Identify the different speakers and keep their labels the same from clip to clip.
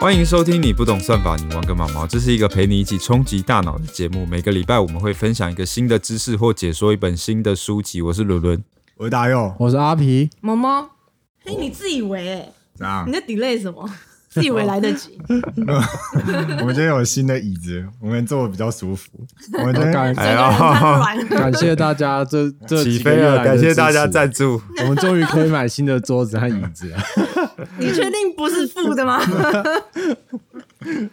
Speaker 1: 欢迎收听《你不懂算法，你玩个毛毛》。这是一个陪你一起冲击大脑的节目。每个礼拜我们会分享一个新的知识或解说一本新的书籍。我是伦伦，
Speaker 2: 我是大佑，
Speaker 3: 我是阿皮，
Speaker 4: 毛毛，嘿，你自以为、欸，
Speaker 2: 怎样
Speaker 4: 你？在 delay 什么？自以为来得及，
Speaker 2: 我们今天有新的椅子，我们坐的比较舒服。我们今天
Speaker 3: 感
Speaker 4: 整个人瘫软。
Speaker 3: 感谢大家这 这
Speaker 1: 起
Speaker 3: 几
Speaker 1: 飞
Speaker 3: 个月
Speaker 1: 了，
Speaker 3: 来的
Speaker 1: 感谢大家
Speaker 3: 支持，
Speaker 1: 赞助。
Speaker 3: 我们终于可以买新的桌子和 椅子了。
Speaker 4: 你确定不是负的吗？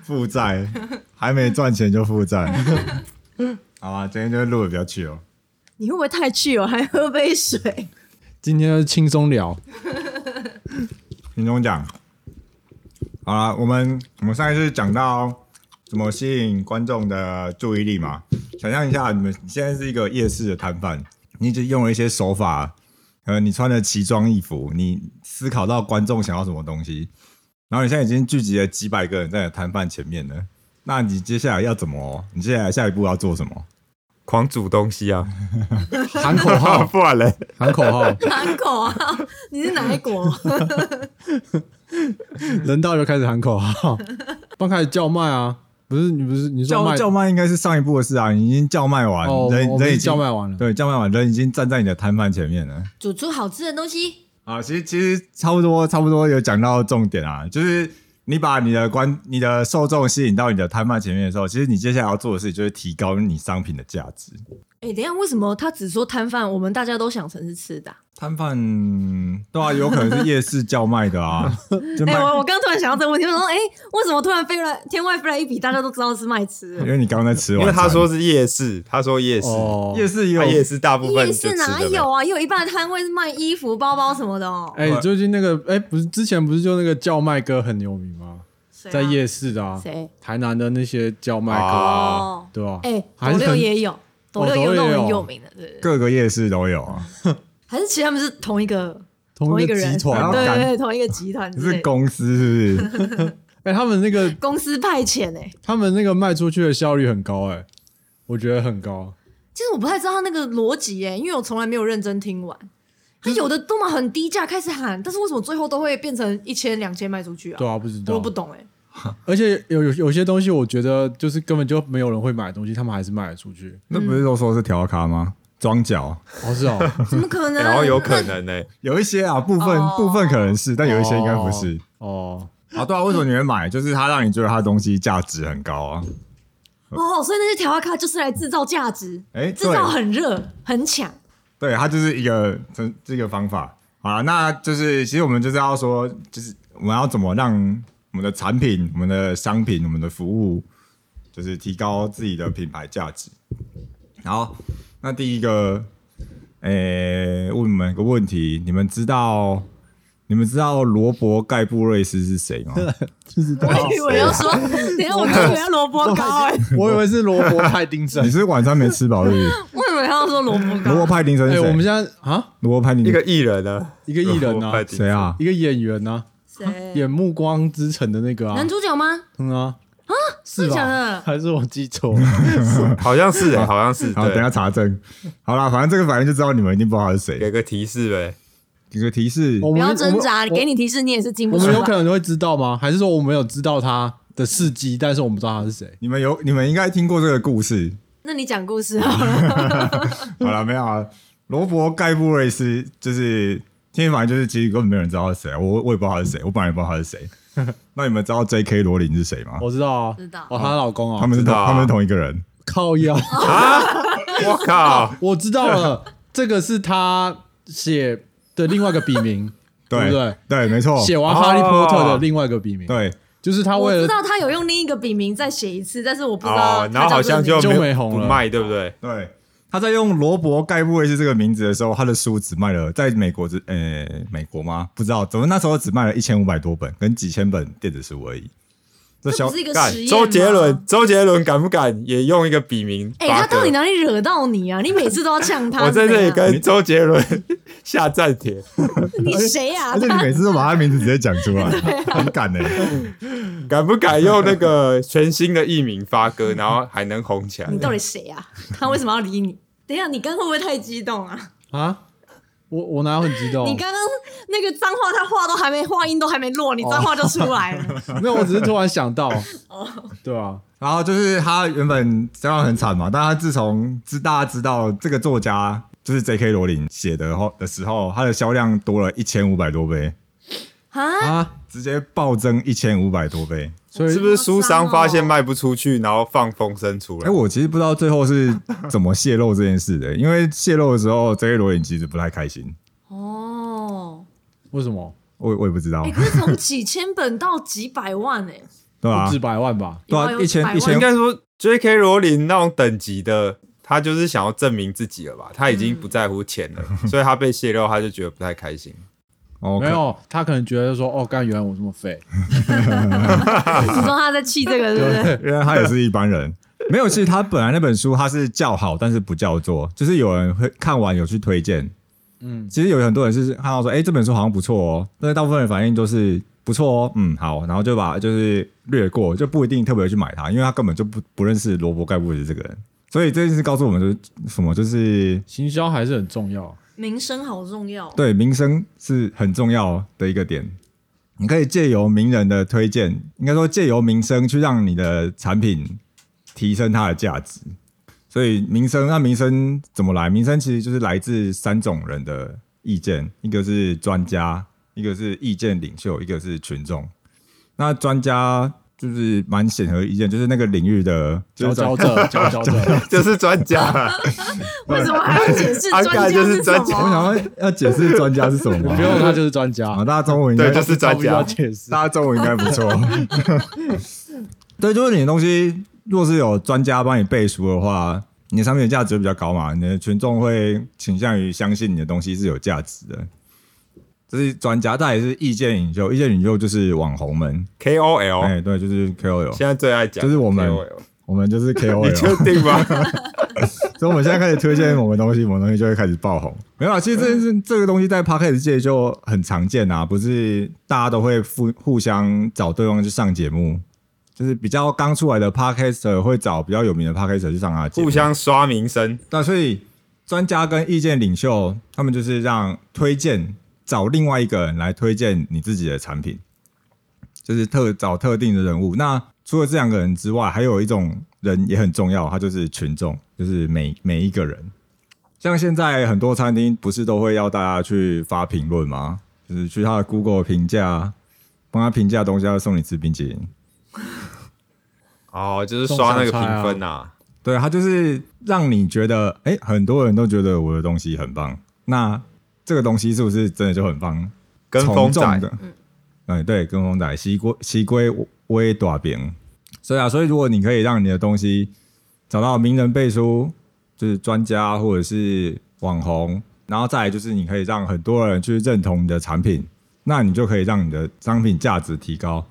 Speaker 2: 负债，还没赚钱就负债。 好啊吧，今天就录的比较久。
Speaker 4: 你会不会太气哦？还喝杯水？
Speaker 3: 今天就轻松聊，
Speaker 2: 林总讲，好啦，我们我们上一次讲到怎么吸引观众的注意力嘛，想象一下，你们你现在是一个夜市的摊贩，你只用了一些手法，呃，你穿了奇装异服，你思考到观众想要什么东西，然后你现在已经聚集了几百个人在你的摊贩前面了，那你接下来要怎么？你接下来下一步要做什么？
Speaker 1: 狂煮东西啊！
Speaker 3: 喊口号，
Speaker 1: 哦 不然嘞，
Speaker 3: 喊口号，
Speaker 4: 喊口啊！你是哪一国？
Speaker 3: 人到就开始喊口号，刚开始叫卖啊，不是你不是你说
Speaker 2: 叫
Speaker 3: 卖
Speaker 2: 叫卖应该是上一步的事啊，你已经叫卖完，
Speaker 3: 哦，
Speaker 2: 人人
Speaker 3: 我们
Speaker 2: 已经
Speaker 3: 叫卖完了，
Speaker 2: 对叫卖完，人已经站在你的摊贩前面了。
Speaker 4: 煮出好吃的东西，
Speaker 2: 啊，其实其实差不多，差不多有讲到重点啊，就是你把你的观、你的受众吸引到你的摊贩前面的时候，其实你接下来要做的事情就是提高你商品的价值。
Speaker 4: 哎、等一下，为什么他只说摊贩，我们大家都想成是吃的啊、
Speaker 2: 摊贩对啊，有可能是夜市叫卖的 啊，就
Speaker 4: 哎、
Speaker 2: 卖，
Speaker 4: 我我刚突然想到这个问题，我想说，哎、为什么突然飞来天外飞来一笔，大家都知道是卖吃
Speaker 2: 因
Speaker 4: 的？
Speaker 2: 为你刚刚在吃
Speaker 1: 因
Speaker 2: 晚餐，
Speaker 1: 为他说是夜市，他说夜市，
Speaker 3: 哦，
Speaker 2: 夜市也有
Speaker 1: 他夜市大部分
Speaker 4: 夜
Speaker 1: 就吃
Speaker 4: 市
Speaker 1: 的
Speaker 4: 哪
Speaker 1: 没
Speaker 4: 有啊？也有一半的摊位是卖衣服、包包什么的哦。
Speaker 3: 哎，最近那个哎，不是之前不是就那个叫卖哥很牛名吗？
Speaker 4: 谁啊
Speaker 3: 在夜市的啊，
Speaker 4: 谁？
Speaker 3: 台南的那些叫卖
Speaker 1: 啊
Speaker 3: 哥，
Speaker 4: 哦，
Speaker 3: 对吧？
Speaker 4: 哎、
Speaker 3: 还
Speaker 4: 斗
Speaker 3: 是
Speaker 4: 六
Speaker 3: 很
Speaker 4: 也有，斗六
Speaker 3: 斗
Speaker 4: 也有那
Speaker 3: 六也
Speaker 4: 种很
Speaker 3: 有
Speaker 4: 有名的，对对对
Speaker 2: 各个夜市都有啊，
Speaker 4: 还是其实他们是同一个
Speaker 3: 同
Speaker 4: 一
Speaker 3: 一
Speaker 4: 个
Speaker 3: 个
Speaker 4: 人
Speaker 3: 集团
Speaker 2: 啊
Speaker 4: 对
Speaker 2: 干
Speaker 4: 对对，同一个集团之类的，
Speaker 2: 是公司是不 是？
Speaker 3: 哎，他们那个
Speaker 4: 公司派遣哎、
Speaker 3: 他们那个卖出去的效率很高，哎，我觉得很高。
Speaker 4: 其实我不太知道他那个逻辑哎、因为我从来没有认真听完。他有的都嘛很低价开始喊，但是为什么最后都会变成一千两千卖出去啊？
Speaker 3: 对啊，不知道
Speaker 4: 我不懂哎、
Speaker 3: 而且有有有些东西，我觉得就是根本就没有人会买的东西，他们还是卖得出去。
Speaker 2: 那不是都说是调咖吗？装脚
Speaker 3: 哦，是哦，
Speaker 4: 怎么可 能？
Speaker 1: 然后有可能呢，
Speaker 2: 有一些啊，部分、
Speaker 4: 哦
Speaker 2: 部分可能是，但有一些应该不是。
Speaker 3: 哦，
Speaker 2: 啊，对啊，为什么你会买？就是它让你觉得它的东西价值很高啊。
Speaker 4: 哦，所以那些调价咖就是来制造价值，
Speaker 2: 哎
Speaker 4: 制造
Speaker 2: 对
Speaker 4: 很热很抢，
Speaker 2: 对，它就是一个这这个方法。好了，那就是其实我们就是要说，就是我们要怎么让我们的产品、我们的商品、我们的服务，就是提高自己的品牌价值。然后，那第一个，诶、问你们一个问题：你们知道你们知道罗伯盖布瑞斯是谁吗？
Speaker 3: 就是
Speaker 4: 我以为要说，等一下我以为要萝卜糕哎、
Speaker 3: 我以为是罗伯泰丁森
Speaker 2: 你。是晚餐没吃饱是不是？
Speaker 4: 我以为他要说萝卜
Speaker 2: 罗伯
Speaker 4: 糕，
Speaker 2: 派丁森
Speaker 3: 哎、
Speaker 2: 是谁？
Speaker 3: 我们现在啊，
Speaker 2: 罗伯派丁
Speaker 1: 一
Speaker 2: 森
Speaker 1: 个艺人啊，
Speaker 3: 一个艺人啊，
Speaker 2: 谁啊？
Speaker 3: 一个演员呐、
Speaker 4: 谁？
Speaker 3: 演《暮光之城》的那个啊
Speaker 4: 男，主角吗？
Speaker 3: 嗯啊，啊，是
Speaker 4: 真的假
Speaker 3: 吧？
Speaker 4: 的
Speaker 3: 还是我记错了？
Speaker 1: 好像是哎，好像是。
Speaker 2: 啊好，等一下
Speaker 1: 对，
Speaker 2: 查证。好啦，反正这个反正就知道你们一定不知道他是谁。
Speaker 1: 给个提示 呗。
Speaker 2: 给个提示，
Speaker 3: 我
Speaker 4: 不
Speaker 3: 们
Speaker 4: 要挣扎，
Speaker 3: 我
Speaker 4: 给你提示你也是 进
Speaker 3: 我
Speaker 4: 不出
Speaker 3: 们有
Speaker 4: 来。
Speaker 3: 可能会知道 吗？还是说我们有知道他的事迹，但是我们不知道他是谁？
Speaker 2: 你们有你们应该听过这个故事。
Speaker 4: 那你讲故事好了，
Speaker 2: 好了，没有啊？罗伯盖布瑞斯就是听起来就是其实根本没有人知道他是谁啊，我我也不知道他是谁，我本来也不知道他是谁。那你们知道 J.K. 罗琳是谁吗？
Speaker 3: 我知道啊，
Speaker 4: 知道
Speaker 3: 哦，她老公啊，
Speaker 2: 他们是
Speaker 1: 知道
Speaker 2: 同
Speaker 1: 啊
Speaker 2: 他们是同一个人。
Speaker 3: 靠 腰。
Speaker 1: 我靠，
Speaker 3: 我知道 了，这个是他写的另外一个笔名，对不
Speaker 2: 对
Speaker 3: 对？
Speaker 2: 对，没错。
Speaker 3: 写完《哈利波特》的另外一个笔名，，
Speaker 2: 哦对，
Speaker 3: 就是他
Speaker 4: 我
Speaker 3: 为
Speaker 4: 知
Speaker 3: 了
Speaker 4: 道他有用另一个笔名再写一次，但是我不知道
Speaker 1: 哦，然后
Speaker 4: 他
Speaker 1: 好
Speaker 4: 叫这
Speaker 1: 像
Speaker 4: 个名字。
Speaker 1: 就
Speaker 3: 就
Speaker 1: 没
Speaker 3: 没
Speaker 1: 有
Speaker 3: 红
Speaker 1: 不
Speaker 3: 了
Speaker 1: 卖，对不对？
Speaker 2: 对，他在用罗伯盖布瑞斯这个名字的时候，他的书只卖了在美国只呃美国吗？不知道，怎么那时候只卖了一千五百多本，跟几千本电子书而已。这
Speaker 4: 这
Speaker 2: 小
Speaker 4: 不是一个
Speaker 1: 干
Speaker 4: 实验吗
Speaker 1: 周杰伦，周杰伦敢不敢也用一个笔名？
Speaker 4: 哎、他到底
Speaker 1: 哪？
Speaker 4: 哪里惹到你啊？你每次都要 呛他。
Speaker 1: 我在这里
Speaker 4: 是怎样
Speaker 1: 跟周杰伦 下战帖，
Speaker 4: 啊你谁啊呀、
Speaker 2: 而 且你每次都把他名字直接讲出来，很敢呢、欸
Speaker 1: 敢不敢用那个全新的艺名发歌，然后还能红起来
Speaker 4: 啊你？到底谁呀、他为什么要理你？等一下，你刚会不会太激动啊？
Speaker 3: 啊，我我哪有很激动？
Speaker 5: 你刚刚那个脏话，他话都还没话音都还没落，
Speaker 3: 哦
Speaker 5: 你脏话就出来 了。
Speaker 3: 没有，我只是突然想 到，
Speaker 4: 哦
Speaker 3: 对啊，
Speaker 2: 然后就是他原本销量很惨嘛，但他自从知大家知道这个作家就是 J.K. 罗琳写的后的时候，他的销量多了一千五百多倍，
Speaker 5: 啊，
Speaker 3: 啊，
Speaker 2: 直接暴增一千五百多倍。
Speaker 3: 所以
Speaker 1: 是不是哦书商发现卖不出去，然后放风声出
Speaker 2: 哎、
Speaker 1: 来？
Speaker 2: 我其实不知道最后是怎么泄露这件事的，因为泄露的时候，J.K. 罗琳其实不太开心，
Speaker 5: 哦，
Speaker 3: 为什么
Speaker 2: 我我也不知道
Speaker 5: 哎、，可是从几千本到几百万、欸，哎，
Speaker 2: 对啊吧、
Speaker 3: 不止百万吧？
Speaker 2: 对啊
Speaker 5: 有
Speaker 2: 一千
Speaker 5: 几百万
Speaker 2: 一千
Speaker 1: 应该说 J.K. 罗琳那种等级的，他就是想要证明自己了吧？他已经不在乎钱了，所以他被泄露，他就觉得不太开心。
Speaker 2: 哦，
Speaker 3: 没
Speaker 2: 可
Speaker 3: 有，他可能觉得说，哦，干，原来我这么废，
Speaker 5: 你说他在气这个，对不对？
Speaker 2: 因为他也是一般人。没有，其实他本来那本书他是叫好，但是不叫座，就是有人会看完有去推荐。嗯，其实有很多人是看到说，哎、这本书好像不错哦，但是大部分人反应都是不错哦，嗯，好，然后就把就是略过，就不一定特别去买它，因为他根本就不不认识罗伯盖布里这个人。所以这件事告诉我们，就是什么，就是
Speaker 3: 行销还是很重要。
Speaker 5: 名声好重要。
Speaker 2: 对名声是很重要的一个点。你可以借由名人的推荐，应该说借由名声去让你的产品提升它的价值。所以名声，那名声怎么来？名声其实就是来自三种人的意见，一个是专家，一个是意见领袖，一个是群众。那专家就是蛮显而易见，就是那个领域的
Speaker 3: 佼
Speaker 2: 就是
Speaker 3: 佼者，佼佼者，
Speaker 1: 就是专家，啊
Speaker 5: 为什么还要解释专家是什
Speaker 1: 阿盖就是专
Speaker 2: 我想
Speaker 1: 家
Speaker 5: 么？
Speaker 2: 要要解释专家是什么
Speaker 3: 你
Speaker 2: 吗
Speaker 3: 不？用，他就是专家
Speaker 2: 啊，，大家中文应该
Speaker 1: 对，就是专
Speaker 3: 不需要
Speaker 1: 家。
Speaker 3: 解释。
Speaker 2: 大家中文应该不错。 对，就是你的东西，若是有专家帮你背书的话，你的产品的价值就比较高嘛，你的群众会倾向于相信你的东西是有价值的。这是专家，但也是意见领袖，意见领袖就是网红们，哎、
Speaker 1: KOL
Speaker 2: 对，就是 KOL，
Speaker 1: 现在最爱讲，
Speaker 2: 就是我们哦
Speaker 1: KOL
Speaker 2: 我们就是 KOL，
Speaker 1: 你确定吗？
Speaker 2: 所以我们现在开始推荐某个东西，某个东西就会开始爆红。没有啊，其实这
Speaker 1: 嗯
Speaker 2: 件事这个东西在 podcast 界就很常见啊，不是大家都会互互相找对方去上节目，就是比较刚出来的 podcaster 会找比较有名的 podcaster 去上他的节目。
Speaker 1: 互相刷名声，
Speaker 2: 那所以专家跟意见领袖，他们就是让推荐找另外一个人来推荐你自己的产品，就是特找特定的人物。那除了这两个人之外，还有一种人也很重要，他就是群众，就是每每一个人。像现在很多餐厅不是都会要大家去发评论吗？就是去他的 Google 评价，帮他评价东西，他就送你吃冰淇淋。
Speaker 1: 哦，就是刷那个
Speaker 3: 送小菜啊
Speaker 1: 评分呐。
Speaker 2: 对，他就是让你觉得，哎、很多人都觉得我的东西很棒，那这个东西是不是真的就很棒？
Speaker 1: 跟风
Speaker 2: 从众
Speaker 1: 仔
Speaker 2: 的，哎，对，跟风仔，西归西归微大饼，所以啊，所以如果你可以让你的东西找到名人背书，就是专家或者是网红，然后再来就是你可以让很多人去认同你的产品，那你就可以让你的商品价值提高。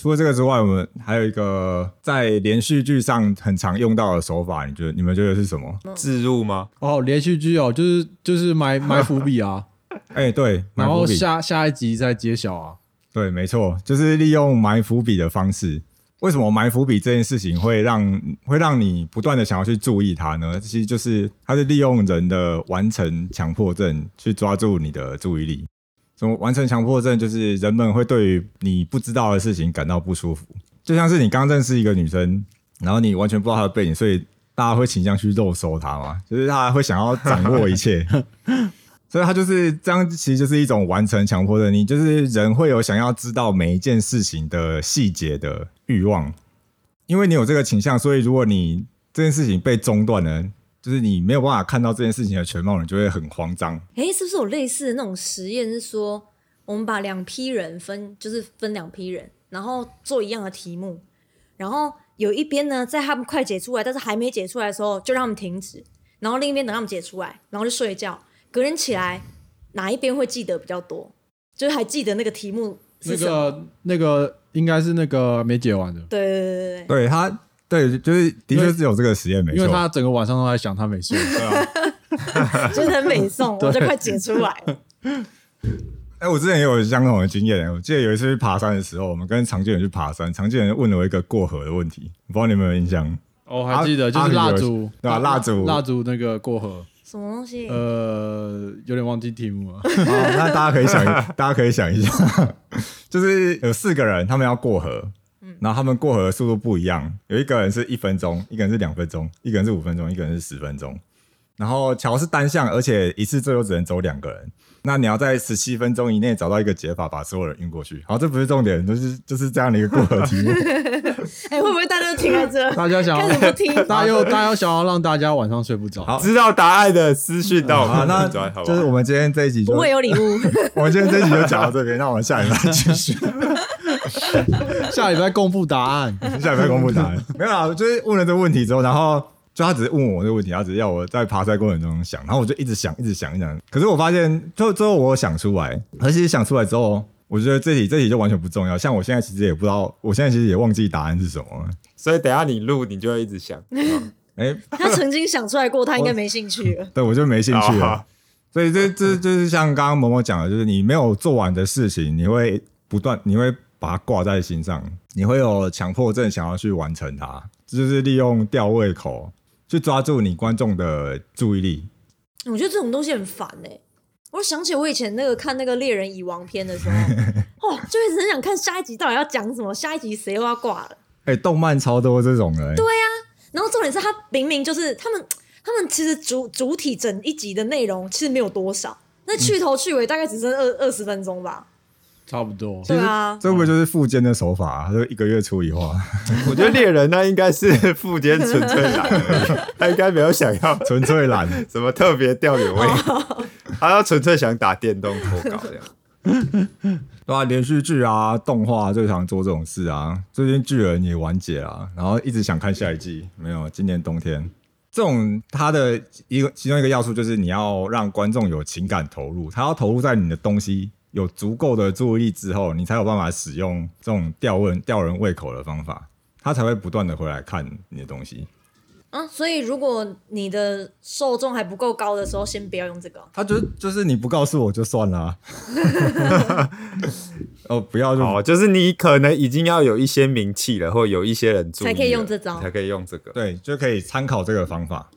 Speaker 2: 除了这个之外，我们还有一个在连续剧上很常用到的手法，你觉得你们觉得是什么？
Speaker 1: 置入吗？
Speaker 3: 哦，连续剧哦，就是就是埋埋伏笔啊，
Speaker 2: 哎、对， 埋
Speaker 3: 然后
Speaker 2: 伏笔，
Speaker 3: 下下一集再揭晓啊。
Speaker 2: 对，没错，就是利用埋伏笔的方式。为什么埋伏笔这件事情会让会让你不断的想要去注意它呢？其实就是它是利用人的完成强迫症去抓住你的注意力。什么完成强迫症？就是人们会对于你不知道的事情感到不舒服，就像是你刚认识一个女生，然后你完全不知道她的背景，所以大家会倾向去肉搜她嘛，就是大家会想要掌握一切。所以他就是这样，其实就是一种完成强迫症。你就是人会有想要知道每一件事情的细节的欲望，因为你有这个倾向，所以如果你这件事情被中断了，就是你没有办法看到这件事情的全貌，你就会很慌张。
Speaker 4: 哎，是不是有类似的那种实验？是说我们把两批人分，就是分两批人，然后做一样的题目，然后有一边呢，在他们快解出来，但是还没解出来的时候，就让他们停止，然后另一边等他们解出来，然后就睡觉。隔天起来，哪一边会记得比较多？就是还记得那个题目
Speaker 3: 那
Speaker 4: 是什么？
Speaker 3: 个那个应该是那个没解完的，
Speaker 4: 对对对对对，
Speaker 2: 对他，对，就是的确是有这个实验，没
Speaker 3: 因为
Speaker 2: 错。
Speaker 3: 他整个晚上都在想他没睡。
Speaker 4: 就是很美颂，我就快解出来了。
Speaker 2: 哎、我之前也有相同的经验，我记得有一次去爬山的时候，我们跟常见人去爬山，常见人问了我一个过河的问题，我不知道你们有没有印象？
Speaker 3: 哦，我还记得，
Speaker 2: 阿
Speaker 3: 就是
Speaker 2: 阿
Speaker 3: 蜡
Speaker 2: 宇有
Speaker 3: 烛，
Speaker 2: 对啊蜡烛
Speaker 3: 蜡烛那个过河，
Speaker 4: 什么东西？
Speaker 3: 呃，有点忘记题目 了。
Speaker 2: 好，哦那大家可 以想，大家可以想一下， 就是有四个人，他们要过河，然后他们过河的速度不一样，有一个人是一分钟，一个人是两分钟，一个人是五分钟，一个人是十分钟。然后桥是单向，而且一次最多只能走两个人。那你要在十七分钟以内找到一个解法，把所有人运过去。好，这不是重点，就是就是这样的一个过河 题目。
Speaker 4: 哎、会不会大家都停在这？
Speaker 3: 大家想
Speaker 4: 开始
Speaker 3: 要
Speaker 4: 不， 听？
Speaker 3: 大家又大家又想要让大家晚上睡不着。
Speaker 2: 好
Speaker 1: 知道答案的私讯到我
Speaker 2: 好，
Speaker 1: 们
Speaker 2: 那
Speaker 1: 粉砖好不
Speaker 2: 就是我
Speaker 1: 好？
Speaker 2: 们今天这一集就
Speaker 4: 不会有礼 物。
Speaker 2: 我们今天这一集就讲到这边，那我们下礼拜继续。
Speaker 3: 下礼拜公布答 案。
Speaker 2: 下礼拜公布答案。没有啦，我就是问了这个问题之后，然后就他只是问我这个问题，他只是要我在爬山过程中想，然后我就一直想，一直想，一直想。可是我发现，最后最后我有想出来，而且想出来之后，我觉得这题这题就完全不重要。像我现在其实也不知道，我现在其实也忘记答案是什么了。
Speaker 1: 所以等一下你录，你就会一直想。嗯
Speaker 2: 哎、
Speaker 4: 他曾经想出来过，他应该没兴趣了。
Speaker 2: 对我就没兴趣
Speaker 1: 好
Speaker 2: 了
Speaker 1: 好。
Speaker 2: 所以这这就是像刚刚某某讲的，就是你没有做完的事情，你会不断，你会把它挂在心上，你会有强迫症想要去完成它。这就是利用吊胃口去抓住你观众的注意力。
Speaker 4: 我觉得这种东西很烦哎、我想起我以前那个看那个《猎人蚁王篇》的时 候，哦，就一直很想看下一集到底要讲什么，下一集谁又要挂了。
Speaker 2: 哎、动漫超多这种的、欸对，
Speaker 4: 然后重点是他明明就是他们，他们其实主主体整一集的内容其实没有多少，那去头去尾大概只剩二二十分钟吧。
Speaker 3: 差不多。
Speaker 4: 对啊，
Speaker 2: 这会不会就是附件的手法、啊？就一个月出一话，
Speaker 1: 我觉得猎人那应该是富坚纯粹来的，他应该没有想要
Speaker 2: 纯粹懒。
Speaker 1: 什么特别钓鱼味，
Speaker 2: 哦
Speaker 1: 他要纯粹想打电动脱稿这样。
Speaker 2: 对啊，连续剧啊、动画最常做这种事啊。最近巨人也完结啊，然后一直想看下一季，没有，今年冬天。这种它的一个其中一个要素就是你要让观众有情感投入，他要投入在你的东西有足够的注意力之后，你才有办法使用这种吊问吊人胃口的方法，他才会不断的回来看你的东西。
Speaker 4: 啊，所以如果你的受众还不够高的时候，先不要用这个。
Speaker 2: 他就就是你不告诉我就算了、啊， 哦，不要就
Speaker 1: 哦，就是你可能已经要有一些名气了，或有一些人注意了，
Speaker 4: 才可以用这招
Speaker 1: 才可以用这个。
Speaker 2: 对，就可以参考这个方法。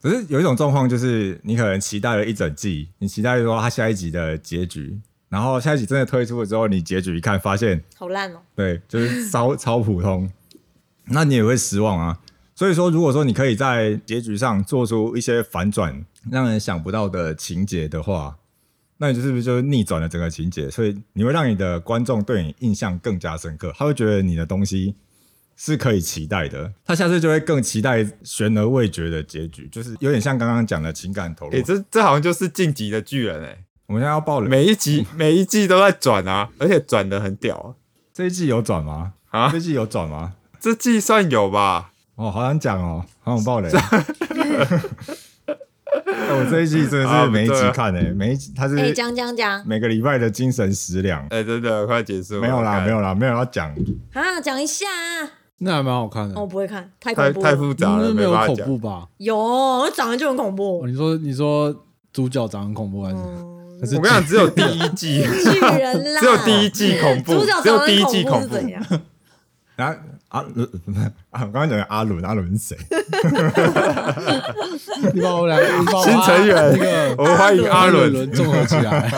Speaker 2: 可是有一种状况就是，你可能期待了一整季，你期待说它下一集的结局，然后下一集真的推出了之后，你结局一看，发现
Speaker 4: 好烂哦！
Speaker 2: 对，就是超超普通，那你也会失望啊。所以说，如果说你可以在结局上做出一些反转，让人想不到的情节的话，那你是不是就是逆转了整个情节？所以你会让你的观众对你印象更加深刻，他会觉得你的东西是可以期待的，他下次就会更期待悬而未决的结局，就是有点像刚刚讲的情感投入。
Speaker 1: 诶、这这好像就是晋级的巨人哎、
Speaker 2: 我们现在要爆雷，
Speaker 1: 每一集 每一季都在转啊，而且转的很屌啊。
Speaker 2: 这一季有转吗？
Speaker 1: 啊
Speaker 2: 这一季有转吗？
Speaker 1: 这季算有吧？
Speaker 2: 哦，好想讲哦，好想 爆雷。哎我这一季真的
Speaker 1: 啊
Speaker 2: 是
Speaker 1: 不
Speaker 2: 每一
Speaker 1: 对
Speaker 2: 集
Speaker 1: 啊
Speaker 2: 看诶、欸每一集它是
Speaker 4: 哎、讲讲讲
Speaker 2: 每个礼拜的精神食粮。
Speaker 1: 哎、真的快结束了，
Speaker 2: 没有啦，
Speaker 1: 看
Speaker 2: 没有啦，没有要讲。
Speaker 4: 啊，讲一下啊！
Speaker 3: 那还蛮好看的
Speaker 4: 哦，我，不会看，太
Speaker 1: 嗯太
Speaker 4: 恐怖
Speaker 1: 太
Speaker 4: 了。
Speaker 1: 复杂
Speaker 3: 那
Speaker 1: 了，
Speaker 3: 嗯没
Speaker 1: 没
Speaker 3: 有
Speaker 1: 办法
Speaker 3: 恐
Speaker 1: 讲。
Speaker 3: 怖吧？
Speaker 4: 有，我长得就很恐
Speaker 3: 哦
Speaker 4: 怖。
Speaker 3: 你说你说主角长得很恐怖还是？
Speaker 4: 嗯，
Speaker 3: 还是
Speaker 1: 我跟你讲，只有第一季，
Speaker 4: 巨人啦，
Speaker 1: 只有第一 季恐怖
Speaker 4: 主角，
Speaker 1: 只
Speaker 4: 长得
Speaker 1: 有
Speaker 4: 很
Speaker 1: 第一季
Speaker 4: 恐
Speaker 1: 恐
Speaker 4: 怖是
Speaker 1: 怖
Speaker 4: 怎。样？
Speaker 2: 然后阿伦 啊，我刚刚讲的阿伦，阿伦是谁？
Speaker 3: 你把我两个你把我
Speaker 1: 新成员
Speaker 3: 那个
Speaker 1: 我们欢迎阿
Speaker 3: 伦
Speaker 1: 伦，
Speaker 3: 综合起 来，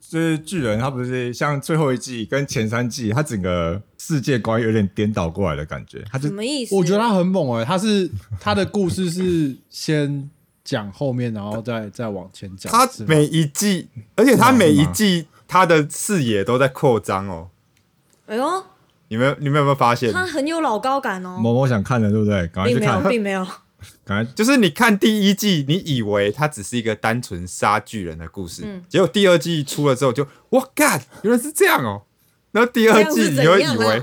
Speaker 2: 就是巨人，他不是像最后一季跟前三季，他整个世界观有点颠倒过来的感觉。他就
Speaker 4: 什么意思？
Speaker 3: 我觉得他很猛哎、他是他的故事是先讲后面，然后再再往前讲。
Speaker 1: 他
Speaker 3: 是吗
Speaker 1: 每一季，而且他每一季他的视野都在扩张哦。
Speaker 4: 哎呦，
Speaker 1: 你们你们有没有发现？
Speaker 4: 他很有老高感哦，
Speaker 2: 某某想看了，对不对？赶快去
Speaker 4: 并没
Speaker 2: 看
Speaker 4: 有，，并没有。
Speaker 2: 赶快
Speaker 1: 就是你看第一季，你以为它只是一个单纯杀巨人的故事，
Speaker 4: 嗯
Speaker 1: 结果第二季出了之后就，哇干，原来是这样哦。然后第二季你
Speaker 4: 这样
Speaker 1: 会
Speaker 4: 是怎样
Speaker 1: 以
Speaker 4: 啊
Speaker 1: 为，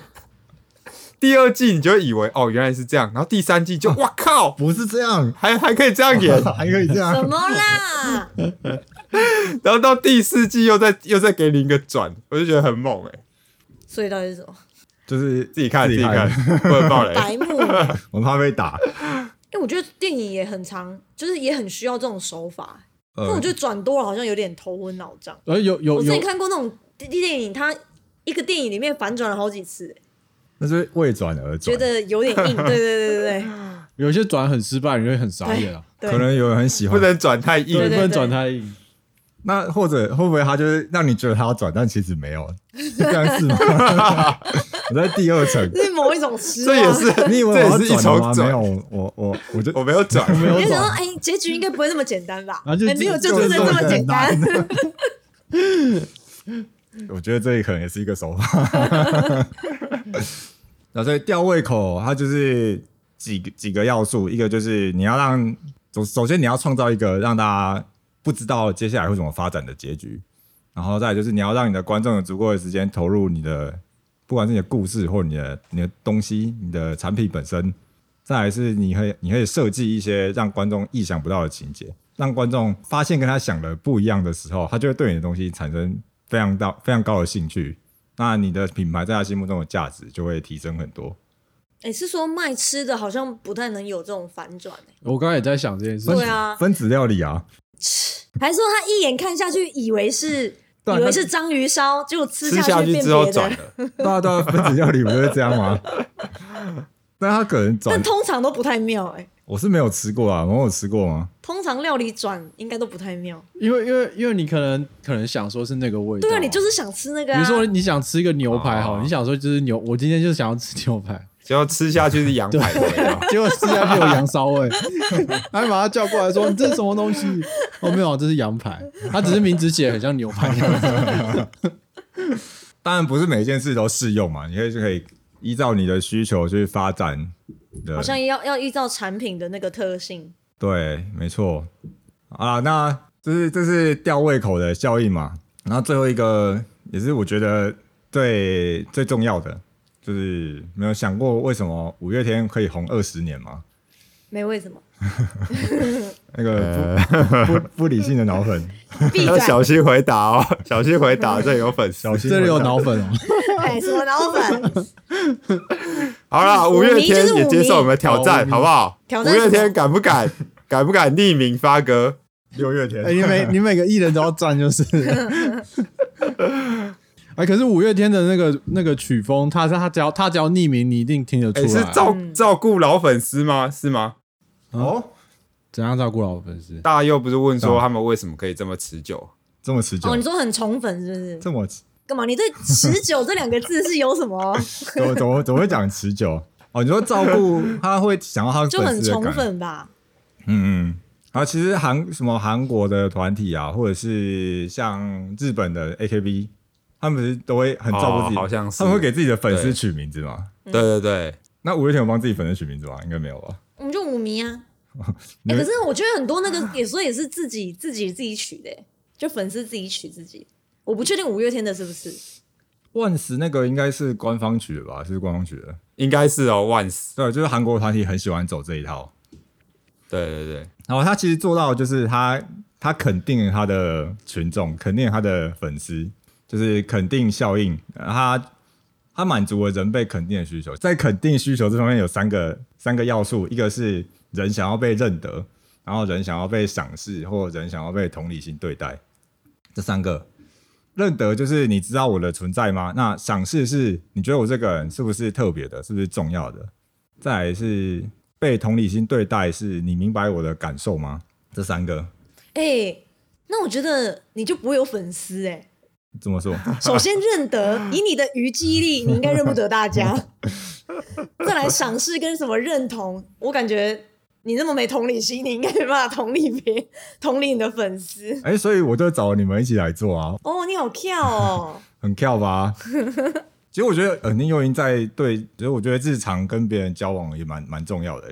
Speaker 1: 第二季你就会以为哦原来是这样，然后第三季 就哇靠，
Speaker 2: 不是这样，
Speaker 1: 还还可以这样演，
Speaker 2: 还可以这
Speaker 4: 什
Speaker 2: 样。
Speaker 4: 么啦？
Speaker 1: 然后到第四季又再又再给你一个转，我就觉得很猛哎、
Speaker 4: 所以到底是什么？
Speaker 2: 就是
Speaker 1: 自己看
Speaker 2: 自
Speaker 1: 自
Speaker 2: 己
Speaker 1: 己
Speaker 2: 看
Speaker 1: 看， 不能爆雷。
Speaker 4: 白目。哎，
Speaker 2: 我怕被打。
Speaker 4: 我觉得电影也很长，就是也很需要这种手法。
Speaker 2: 呃
Speaker 4: 但我觉得转多了好像有点头昏脑胀。
Speaker 3: 而呃有有
Speaker 4: 我之前
Speaker 3: 有
Speaker 4: 看过那种电电影，它一个电影里面反转了好几次，
Speaker 2: 那是为转而转。
Speaker 4: 觉得有点硬。对对对对对
Speaker 3: 有一些转很失败，你会很傻眼啊。
Speaker 4: 对
Speaker 2: 可能有人很喜
Speaker 1: 不
Speaker 2: 欢。
Speaker 1: 能转太硬
Speaker 4: 对。
Speaker 3: 对，不
Speaker 4: 对
Speaker 3: 能转太硬。
Speaker 2: 那或者会不会他就是让你觉得他要转，但其实没有，是这样是吗？我在第二 层，
Speaker 4: 这是某一种失
Speaker 1: 这也
Speaker 4: 望。
Speaker 1: 是，
Speaker 2: 你以为我
Speaker 1: 这
Speaker 2: 要
Speaker 1: 也是一
Speaker 2: 转
Speaker 1: 重
Speaker 2: 了吗？没有，
Speaker 1: 转。
Speaker 2: 我我我就
Speaker 1: 我没有转，
Speaker 3: 没有
Speaker 4: 你就想说，
Speaker 3: 转，
Speaker 4: 哎、结局应该不会那么简单吧？
Speaker 3: 然后就
Speaker 4: 哎没有，
Speaker 3: 就
Speaker 4: 就是
Speaker 3: 就
Speaker 4: 这么
Speaker 3: 就
Speaker 4: 简单。
Speaker 2: 我觉得这可能也是一个手法。 那所以吊胃口，它就是几个几个要素，一个就是你要让首首先你要创造一个让大家不知道接下来会怎么发展的结局，然后再来就是你要让你的观众有足够的时间投入你的，不管是你的故事或你的你的东西、你的产品本身，再来是你会你会设计一些让观众意想不到的情节，让观众发现跟他想的不一样的时候，他就会对你的东西产生非常大非常高的兴趣。那你的品牌在他心目中的价值就会提升很多。
Speaker 4: 哎、是说卖吃的好像不太能有这种反转、欸，
Speaker 3: 我刚才也在想这件事情。
Speaker 4: 对啊，
Speaker 2: 分子料理啊，
Speaker 4: 还是说他一眼看下去以为是
Speaker 2: 对啊
Speaker 4: 以为是章鱼烧，结果吃
Speaker 1: 吃
Speaker 4: 下
Speaker 1: 下
Speaker 4: 去
Speaker 1: 去
Speaker 4: 变
Speaker 1: 之后
Speaker 4: 别
Speaker 1: 转
Speaker 4: 的。
Speaker 1: 了，
Speaker 2: 对啊对啊，分子料理不就是这样吗？ 但他可能
Speaker 4: 但
Speaker 2: 转，
Speaker 4: 通常都不太妙哎、
Speaker 2: 我是没有吃过啊，我有吃过吗？
Speaker 4: 通常料理转应该都不太妙。
Speaker 3: 因为因为因为你可能可能想说是那个味道，
Speaker 4: 对啊，你就是想吃那个、
Speaker 3: 比
Speaker 4: 啊。
Speaker 3: 如说你想吃一个牛排好，
Speaker 1: 哦
Speaker 3: 你想说就是牛，我今天就是想要吃 牛排，
Speaker 1: 结果吃下去是羊排的味 道。
Speaker 3: 结果吃下去有羊骚味， 还把他叫过来说你这是什么东西？哦，没有啊，这是羊排，他只是名字写得很像牛 排，
Speaker 2: 当然不是每一件事都适用嘛，你可以就可以依照你的需求去发展你的。
Speaker 4: 好像要要依照产品的那个特性，
Speaker 2: 对，没错。啊，那这是这是吊胃口的效应嘛？然后最后一个也是我觉得最最重要的，就是没有想过为什么五月天可以红二十年吗？
Speaker 4: 没为什么。
Speaker 2: 那个
Speaker 3: 呃
Speaker 2: 不、不不理性的脑 粉，
Speaker 4: 闭
Speaker 1: 要
Speaker 4: 嘴！
Speaker 1: 小心回答哦，小心回答，这里有粉丝
Speaker 2: 小。心
Speaker 3: 这里有
Speaker 2: 回答
Speaker 3: 脑粉哦，
Speaker 4: 哎，什么脑粉？
Speaker 1: 好啦，
Speaker 4: 五
Speaker 1: 五
Speaker 4: 迷
Speaker 1: 月天也接受我们的挑
Speaker 2: 哦
Speaker 3: 就是五
Speaker 1: 战，
Speaker 3: 迷
Speaker 1: 好不好？
Speaker 4: 挑
Speaker 1: 五
Speaker 4: 战什么
Speaker 1: 月天敢不敢？敢不敢匿名发歌？
Speaker 2: 六月天
Speaker 3: 哎，你每你每个艺人都要站就是。哎，可是五月天的那个那个曲风，他他只要他只要匿名，你一定听得出
Speaker 1: 哎，是
Speaker 3: 来。
Speaker 1: 照
Speaker 4: 嗯
Speaker 1: 照顾老粉丝吗？是吗？
Speaker 2: 哦，
Speaker 3: 怎样照顾老粉丝？
Speaker 1: 大佑不是问
Speaker 2: 对
Speaker 1: 说
Speaker 2: 啊
Speaker 1: 他们为什么可以这么持久？
Speaker 2: 这么持久，
Speaker 4: 哦，你说很宠粉是不 是？
Speaker 2: 这么
Speaker 4: 干嘛？你对“持久”这两个字是有什么？
Speaker 2: 怎么怎么怎么会讲持久？哦，你说照顾他会想要他
Speaker 4: 就
Speaker 2: 粉
Speaker 4: 很
Speaker 2: 丝的
Speaker 4: 宠
Speaker 2: 感觉
Speaker 4: 粉吧？
Speaker 2: 嗯嗯，然后其实韩什么韩国的团体啊，或者是像日本的 AKB，他们不是都会很照顾自己，
Speaker 1: 哦好像是
Speaker 2: 他们会给自己的粉丝
Speaker 1: 对
Speaker 2: 取名字嘛。
Speaker 4: 嗯
Speaker 1: 对对对，
Speaker 2: 那五月天有帮自己粉丝取名字吗？应该没有吧？
Speaker 4: 我们就五迷 啊。
Speaker 2: 你们
Speaker 4: 哎、可是我觉得很多那个 也说也是自己自己自己取的、欸就粉丝自己取自己。我不确定五月天的是不是，
Speaker 2: 万石那个应该是官方取的吧？是官方取的。
Speaker 1: 应该是哦，Once。
Speaker 2: 对，就是韩国团体很喜欢走这一套。
Speaker 1: 对对对，
Speaker 2: 然后他其实做到的就是他他肯定了他的群众，肯定了他的粉丝，就是肯定效应，呃他他满足了人被肯定的需求。在肯定需求这方面有三个三个要素，一个是人想要被认得，然后人想要被赏识，或人想要被同理心对待，这三个。认得就是你知道我的存在吗？那赏识是你觉得我这个人是不是特别的，是不是重要的？再来是被同理心对待，是你明白我的感受吗？这三个
Speaker 4: 哎、那我觉得你就不会有粉丝哎、
Speaker 2: 怎么说？
Speaker 4: 首先认得，以你的鱼记忆力，你应该认不得大家。 再来赏识跟什么认同，我感觉你那么没同理心，你应该没办法同理别 同理你的粉丝。
Speaker 2: 哎、所以我就找你们一起来做啊，
Speaker 4: 哦，你好跳 哦！
Speaker 2: 很跳吧？其实我觉得呃，宁幼英在对，其实我觉得日常跟别人交往也蛮蛮重要的、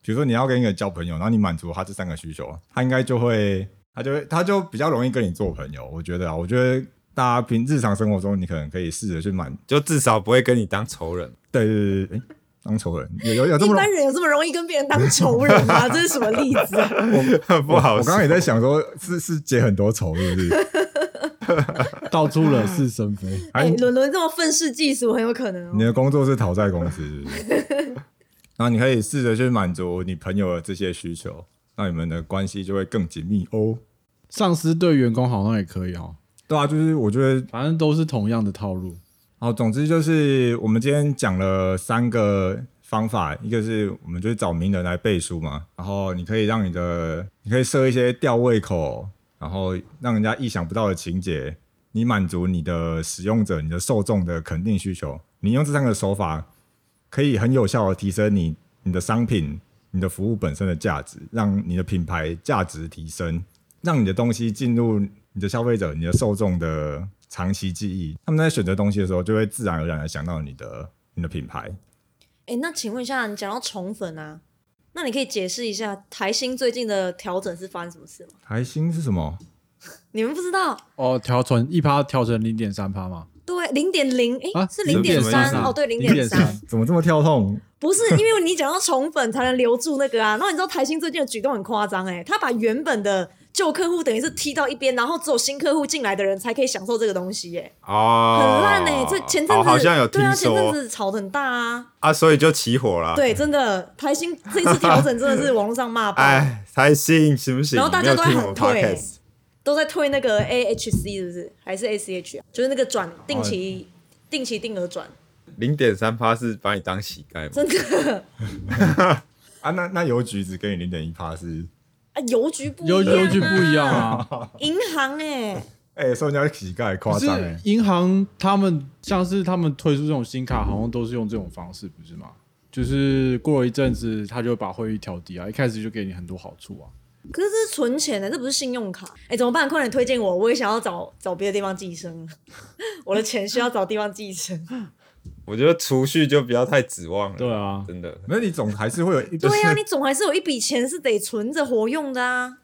Speaker 2: 比如说你要跟一个人交朋友，然后你满足他这三个需求，啊他应该就会，他就会，他就比较容易跟你做朋友。我觉得啊，我觉得大家平日常生活中，你可能可以试着去满，
Speaker 1: 就至少不会跟你当仇人。
Speaker 2: 对对对对对，哎、当仇人有有有这
Speaker 4: 一
Speaker 2: 么
Speaker 4: 般人有这么容易跟别人当仇人 吗？这是什么例子啊？
Speaker 1: 不好
Speaker 2: 我
Speaker 1: 说
Speaker 2: 刚刚也在想说，是是结很多仇，是不是？
Speaker 3: 道出惹是生非。
Speaker 4: 哎、
Speaker 2: 哎，
Speaker 4: 伦伦这么愤世嫉俗，很有可能
Speaker 2: 你
Speaker 4: 哦。
Speaker 2: 的工作是讨债公司，是不 是？然后你可以试着去满足你朋友的这些需求，那你们的关系就会更紧密哦。
Speaker 3: 上司对员工好像也可以哦，
Speaker 2: 对啊，就是我觉得，
Speaker 3: 反正都是同样的套路。
Speaker 2: 好，总之就是我们今天讲了三个方法，一个是我们就是找名人来背书嘛，然后你可以让你的，你可以设一些吊胃口，然后让人家意想不到的情节，你满足你的使用者、你的受众的肯定需求。你用这三个手法，可以很有效的提升你你的商品、你的服务本身的价值，让你的品牌价值提升，让你的东西进入你的消费者、你的受众的长期记忆。他们在选择东西的时候，就会自然而然的想到你的你的品牌。
Speaker 4: 哎、那请问一下，你讲到宠粉啊，那你可以解释一下台新最近的调整是发生什么事吗？
Speaker 2: 台新是什么？
Speaker 4: 你们不知道？
Speaker 3: 哦，调成一趴调成零点三趴嘛，
Speaker 4: 对，零点零，哎，
Speaker 3: 啊
Speaker 4: 是零
Speaker 1: 零点
Speaker 4: 点
Speaker 1: 什么意思
Speaker 4: 三
Speaker 1: 啊
Speaker 4: 哦，对，零点三
Speaker 3: 0.3，
Speaker 2: 怎么这么跳痛？
Speaker 4: 不是因为你讲到宠粉才能留住那个啊。然后你知道台新最近的举动很夸张，哎，他把原本的旧客户等于是踢到一边，然后只有新客户进来的人才可以享受这个东西，哎，
Speaker 3: 啊
Speaker 1: 哦，
Speaker 4: 很烂哎、这前阵子、
Speaker 1: 哦好像有听
Speaker 4: 对啊，前阵
Speaker 1: 说
Speaker 4: 子吵得很大啊，
Speaker 1: 啊，所以就起火了。，
Speaker 4: 对，真的台新这一次调整真的是网络上骂爆，
Speaker 1: 哎，才信行不行？
Speaker 4: 然后大家都
Speaker 1: 你没有
Speaker 4: 很
Speaker 1: 听我们
Speaker 4: 退
Speaker 1: podcast
Speaker 4: 都在推那个 AHC 是不是？还是 ACH 啊？就是那个转定
Speaker 3: 哦
Speaker 4: 期、定期定额转，
Speaker 1: 零点三趴是把你当乞丐吗？
Speaker 4: 真的
Speaker 2: 啊，那那邮局只给你零点一趴是，
Speaker 4: 啊，邮局不一样、
Speaker 3: 邮
Speaker 4: 啊，
Speaker 3: 邮局不一样， 啊。
Speaker 4: 银行哎、
Speaker 2: 哎、欸，收人家乞丐夸
Speaker 3: 可是
Speaker 2: 张
Speaker 1: 欸
Speaker 2: 哎，
Speaker 3: 银行他们像是他们推出这种新卡，好像都是用这种方式，不是吗？就是过了一阵子，他就会把汇率调低啊，一开始就给你很多好处啊。
Speaker 4: 可是这是存钱的，这不是信用卡。哎、怎么办？快点推荐我，我也想要找找别的地方寄生 了。我的钱需要找地方寄生。
Speaker 1: 我觉得储蓄就不要太指望了。
Speaker 3: 对啊，
Speaker 1: 真的，
Speaker 2: 那你总还是会有一就是
Speaker 4: 对啊，你总还是有一笔钱是得存着活用的啊。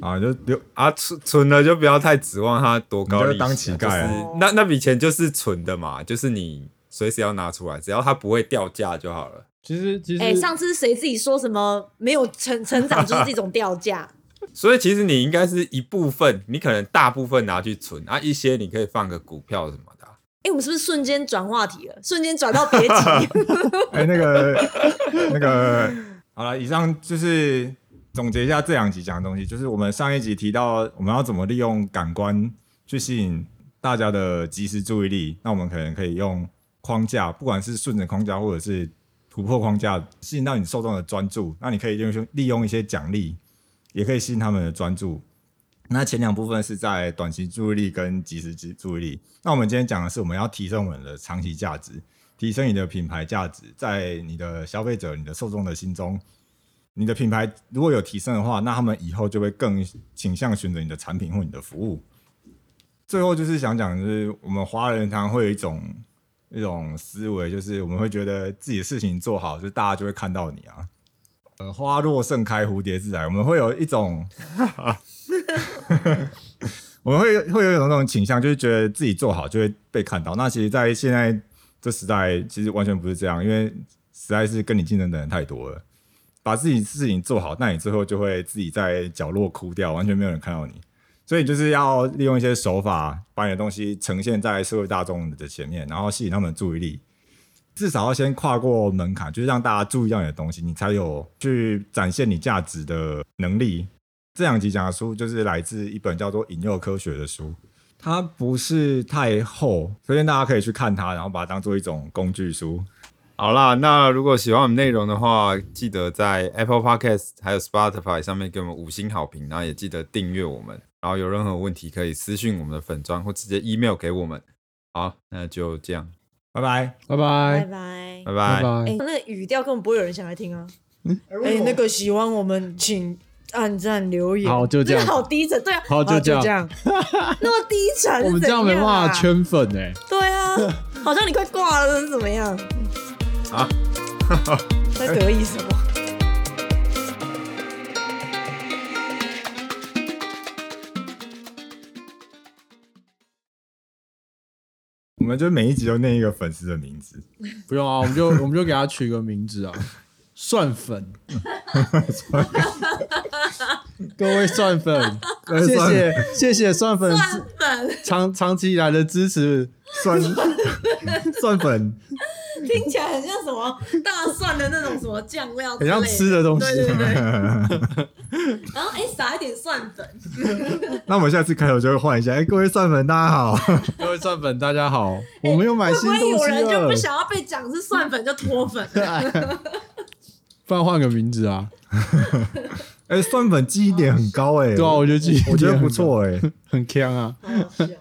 Speaker 2: 啊，就留
Speaker 1: 啊，存存了就不要太指望它多高利息啊、
Speaker 2: 你就当乞丐
Speaker 1: 就是
Speaker 4: 哦
Speaker 1: 那那笔钱就是存的嘛，就是你随时要拿出来，只要它不会掉价就好了。
Speaker 3: 其实其实、
Speaker 4: 哎、上次谁自己说什么没有成成长就是这种掉价？
Speaker 1: 所以其实你应该是一部分，你可能大部分拿去存，啊，一些你可以放个股票什么的啊、
Speaker 4: 哎、我们是不是瞬间转话题了？瞬间转到别集？
Speaker 2: 哎、那个那个， 好了，以上就是总结一下这两集讲的东西，就是我们上一集提到我们要怎么利用感官去吸引大家的及时注意力，那我们可能可以用框架，不管是顺着框架或者是突破框架，吸引到你受众的专注，那你可以利用利用一些奖励，也可以吸引他们的专注。那前两部分是在短期注意力跟及时注意力。那我们今天讲的是我们要提升我们的长期价值，提升你的品牌价值，在你的消费者、你的受众的心中，你的品牌如果有提升的话，那他们以后就会更倾向选择你的产品或你的服务。最后就是想讲，就是我们华人常常会有一种一种思维，就是我们会觉得自己的事情做好，就大家就会看到你啊。呃，花落盛开，蝴蝶自来，我们会有一种， 我们会会有一种那种倾向，就是觉得自己做好就会被看到。那其实，在现在这时代其实完全不是这样，因为实在是跟你竞争的人太多了。把自己事情做好，那你最后就会自己在角落哭掉，完全没有人看到你。所以就是要利用一些手法，把你的东西呈现在社会大众的前面，然后吸引他们的注意力。至少要先跨过门槛，就是让大家注意到你的东西，你才有去展现你价值的能力。这两集讲的书就是来自一本叫做《引诱科学》的书，它不是太厚，推荐大家可以去看它，然后把它当做一种工具书。
Speaker 1: 好啦，那如果喜欢我们内容的话，记得在 Apple Podcast 还有 Spotify 上面给我们五星好评，然后也记得订阅我们。然后有任何问题可以私信我们的粉砖或直接 email 给我们。好，那就这样，
Speaker 2: 拜拜。
Speaker 3: 拜
Speaker 4: 拜
Speaker 3: 拜
Speaker 4: 拜。
Speaker 1: 拜
Speaker 3: 拜拜。
Speaker 4: 哎、那个语调根本不会有人想来听啊。
Speaker 3: 嗯
Speaker 4: 哎、那个喜欢我们，请按赞留言。
Speaker 3: 好就这样
Speaker 4: 真的好低沉，对啊，
Speaker 3: 好就
Speaker 4: 就
Speaker 3: 这样
Speaker 4: 样， 那么低沉、
Speaker 3: 我们
Speaker 4: 哎这
Speaker 3: 这样没办法
Speaker 4: 全
Speaker 3: 圈粉哎、
Speaker 4: 啊对啊，好像你快挂了，是怎 么样？
Speaker 1: 啊，
Speaker 4: 在得意什么？
Speaker 2: 我们就每一集都念一个粉丝的名字，
Speaker 3: 不用啊，我们就我们就给他取个名字啊，蒜粉。各位蒜粉，谢谢谢谢蒜粉
Speaker 4: 粉
Speaker 3: 长 长期以来的支持，蒜蒜粉。
Speaker 4: 听起来很像什么么大蒜的那种什么酱料之
Speaker 3: 很
Speaker 4: 类的，
Speaker 3: 像吃的东西。
Speaker 4: 对对对。然后哎、撒一点蒜粉，
Speaker 2: 那我们下次开头就会换一下。哎、各位蒜粉，大家好。
Speaker 3: 各位蒜粉，大家好，我们又买
Speaker 4: 会
Speaker 3: 新
Speaker 4: 不哎会
Speaker 3: 东
Speaker 4: 有
Speaker 3: 西啊
Speaker 4: 人就
Speaker 3: 了
Speaker 4: 不，想要被讲是蒜粉就脱粉？
Speaker 3: 不然换个名字啊？
Speaker 2: 哎、蒜粉记忆点很高哎、哎
Speaker 3: 对啊，我觉得记忆
Speaker 2: 我觉得
Speaker 3: 点
Speaker 2: 不
Speaker 3: 很高，
Speaker 2: 错哎、
Speaker 3: 很强啊。
Speaker 4: 好好笑